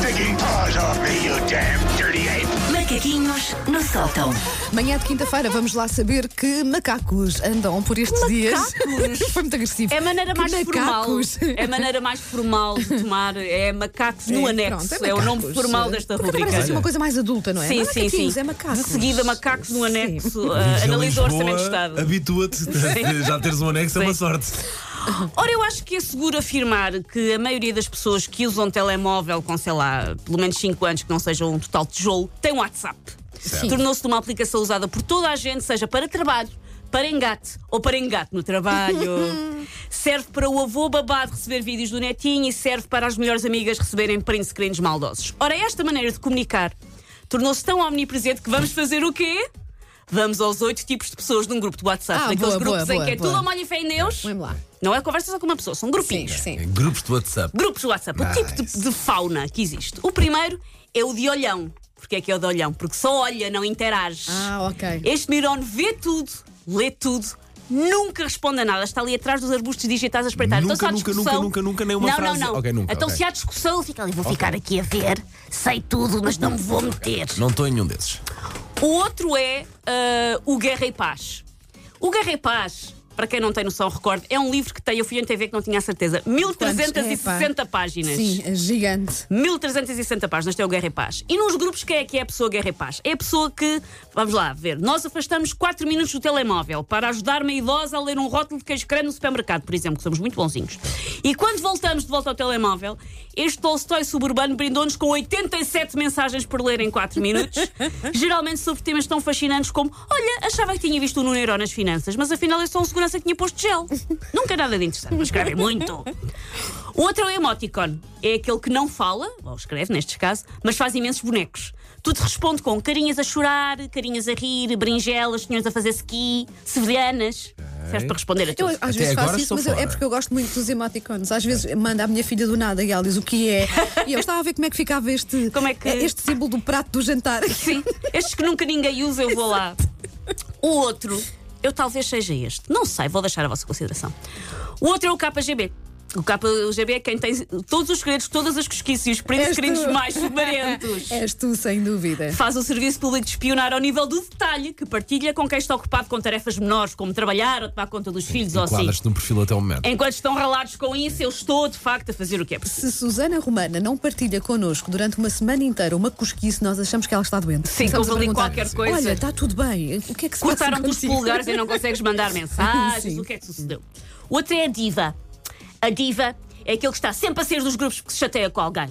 taking paws off me, you damn dirty ape! Macaquinhos no sótão. Manhã de quinta-feira vamos lá saber que macacos andam por estes dias. Foi muito agressivo. É a maneira Que mais macacos. formal. É a maneira mais formal de tomar. É macacos no É, anexo. pronto, é, o nome macacos. formal desta Porque rubrica. Parece assim uma coisa mais adulta, não é? Sim, Não é sim, macaquinhos, sim. É macacos. De seguida, macacos no anexo. Uh, Vives em analisa o Lisboa, orçamento de Estado. Habitua-te, já teres um anexo é uma Sim. sorte. Ora, eu acho que é seguro afirmar que a maioria das pessoas que usam telemóvel com, sei lá, pelo menos 5 anos, que não seja um total tijolo, tem WhatsApp. Tornou-se uma aplicação usada por toda a gente, seja para trabalho, para engate ou para engate no trabalho. serve para o avô babado receber vídeos do netinho e serve para as melhores amigas receberem print screens maldosos. Ora, esta maneira de comunicar tornou-se tão omnipresente que vamos fazer o quê? Vamos aos oito tipos de pessoas de um grupo de WhatsApp, Ah, daqueles boa, grupos boa, em que é boa, tudo boa. a molho e fé em Deus. Vamos lá. Não é conversa só com uma pessoa, são Sim, grupinhos. sim. Grupos de WhatsApp. Grupos de WhatsApp, o tipo de, de fauna que existe. O primeiro é o de olhão. Porquê é que é o de olhão? Porque só olha, não interage. Ah, ok. Este Miron vê tudo, lê tudo, nunca responde a nada. Está ali atrás dos arbustos digitais a espreitar. Nunca, então, se há nunca, discussão- nunca, nunca, nunca, nem uma não, frase. Não, não, Ok, nunca, Então, ok. se há discussão, ele fica ali. Vou ficar aqui a ver, sei tudo, mas não me vou meter. Não estou em nenhum desses. O outro é ah, o Guerra e Paz. O Guerra e Paz, para quem não tem noção, recorde, é um livro que tem, eu fui em TV que não tinha a certeza, 1360 páginas. Sim, é gigante. 1360 páginas tem o Guerra e Paz. E nos grupos, quem é que é a pessoa Guerra e Paz? É a pessoa que, vamos lá ver, nós afastamos 4 minutos do telemóvel para ajudar uma idosa a ler um rótulo de queijo creme no supermercado, por exemplo, que somos muito bonzinhos. E quando voltamos de volta ao telemóvel, este Tolstói suburbano brindou-nos com 87 mensagens por ler em 4 minutos, geralmente sobre temas tão fascinantes como: Olha, achava que tinha visto um Nuneiro nas finanças, mas afinal é só um segurança que tinha posto gel. Nunca nada de interessante, mas escrevem muito. O outro é o emoticon. É aquele que não fala, ou escreve neste caso, mas faz imensos bonecos. Tudo responde com carinhas a chorar, carinhas a rir, berinjelas, senhores a fazer ski, severianas. Serve para responder a Eu tudo. às Até vezes faço agora isso, estou mas eu- é fora. porque eu gosto muito dos emoticons. Às vezes manda a minha filha do nada e ela diz o que é. E eu estava a ver como é que ficava este, Como é que- este símbolo do prato do jantar. Sim, estes que nunca ninguém usa, eu vou lá. O outro, eu talvez seja este. Não sei, vou deixar a vossa consideração. O outro é o KGB. O KGB é quem tem todos os segredos, todas as cosquices e os print És screens tu. mais sumarentos. És tu, sem dúvida. Faz o serviço público de espionar ao nível do detalhe que partilha com quem está ocupado com tarefas menores, como trabalhar ou tomar conta dos filhos ou assim. Enquadras-te num perfil até o momento. Enquanto estão ralados com isso, eu estou de facto a fazer o que é preciso. Se Susana Romana não partilha connosco durante uma semana inteira uma cosquice, nós achamos que ela está doente. Sim, Começamos houve a ali perguntar, qualquer coisa. Olha, está tudo bem. O que é que se passa Cortaram-te os contigo?" pulgares e não consegues mandar mensagens. Sim. O que é que sucedeu? O outro é a diva. A diva é aquele que está sempre a sair dos grupos que se chateia com alguém.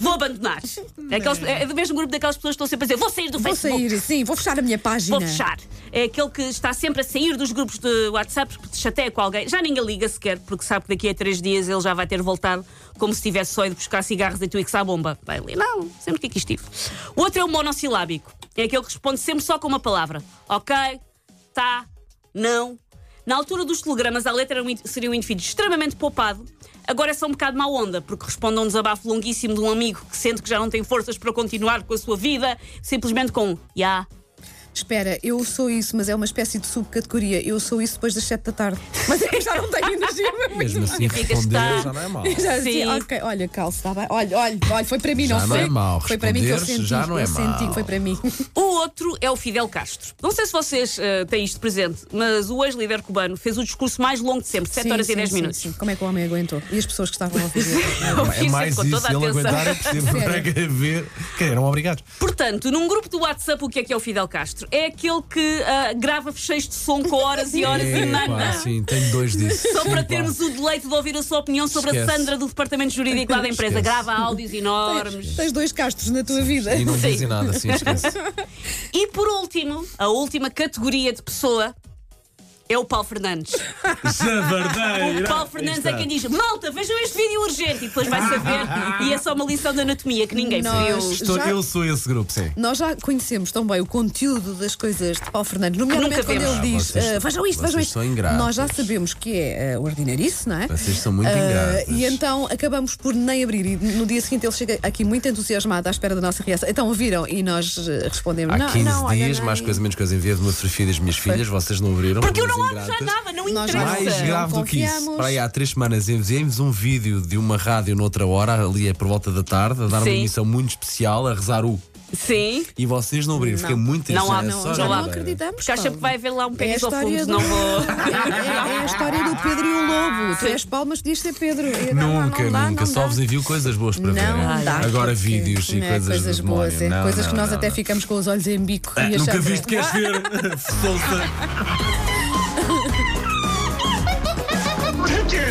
Vou abandonar. É, aqueles- é do mesmo grupo daquelas pessoas que estão sempre a dizer: vou sair do Vou Facebook. sair, sim, vou fechar a minha página. Vou fechar. É aquele que está sempre a sair dos grupos de WhatsApp, porque te chateia com alguém. Já ninguém liga sequer, porque sabe que daqui a três dias ele já vai ter voltado como se tivesse só ido buscar cigarros e é Twix à bomba. Vai ali, não, sempre que aqui estive. O outro é o monossilábico. É aquele que responde sempre só com uma palavra. Ok, tá, não. Na altura dos telegramas, a letra era um in- seria um indivíduo extremamente poupado. Agora é só um bocado má onda, porque responde a um desabafo longuíssimo de um amigo que sente que já não tem forças para continuar com a sua vida, simplesmente com um, ya, Espera, eu sou isso, mas é uma espécie de subcategoria. Eu sou isso depois das 7 da tarde. Mas eu já não tenho energia para muito Mesmo assim, Significa estar- responder já não é mal. mais. Já Sim. assim, ok, olha, calça, está bem. Olha, olha, olha, foi para mim, Já não não foi? é mau. Foi para mim que eu Responderes senti. já não é eu senti mau. que foi para mim. O outro é o Fidel Castro. Não sei se vocês eh, têm isto presente, mas o ex-líder cubano fez o discurso mais longo de sempre, 7 Sim, horas sim, e 10 sim, minutos. sim. Como é que o homem aguentou? E as pessoas que estavam a ouvir? Eu ouvi É sempre mais com isso, toda a ele atenção. aguentar, eu percebo para Sério. ver. Quer dizer, não obrigado. Portanto, num grupo do WhatsApp, o que é que é o Fidel Castro? É aquele que ah, grava fecheiros de som com horas e horas e pá, nada. sim, tenho dois disso. Só Sim, para pá. termos o deleite de ouvir a sua opinião sobre a Esquece. Sandra do Departamento Jurídico lá da empresa. Esquece. Grava áudios enormes. Tens dois castros na tua vida. E não um- Sim. dizem nada, sim, esquece. E por último, a última categoria de pessoa é o Paulo Fernandes. é Javardeira! O Paulo Fernandes é Aí quem está. diz: Malta, vejam este vídeo urgente e depois vai saber. e é só uma lição de anatomia que ninguém Nós- viu. Estou- Já- Eu sou esse grupo, sim. Nós já conhecemos tão bem o conteúdo das coisas de Paulo Fernandes, nomeadamente Nunca quando vemos. ele Ah, diz vocês- "Ah, vejam isto, vejam vocês isto. são ingratos. Nós já sabemos que é uh, ordinarice, não é? Vocês são muito Ah, ingratos. E então acabamos por nem abrir. E no dia seguinte ele chega aqui muito entusiasmado à espera da nossa reação. Então ouviram e nós eh, respondemos: Há não, 15 não, olha, dias, não. é mais coisa, menos coisa, enviei-me uma fotografia das minhas filhas, vocês não abriram. Porque eu não logo já ingratas. dava, não Nós interessa. já Mais Não grave do que isso. confiamos. Para aí há três semanas enviei-vos um vídeo de uma rádio noutra hora, ali é por volta da tarde, a dar uma Sim. emissão muito especial, a rezar o. Sim. E vocês não abriram, fiquei Não. muito Não há- interessado. não, é Só já não nada. acreditamos. Porque acha que vai haver lá um É a pedido ao história fundo, do- não vou. É, é- é a história do Pedro e o Lobo. Tu és palmas, podias ser Pedro. Eu- não, não, Nunca, não dá, nunca. não Só dá. vos envio coisas boas para ver. Não dá. Agora porque vídeos e não é coisas, coisas de boas, memória. é, Não, coisas que não, nós não, até não. ficamos com os olhos em bico. Ah, e nunca achamos- é viste, queres ver? Solta. Take your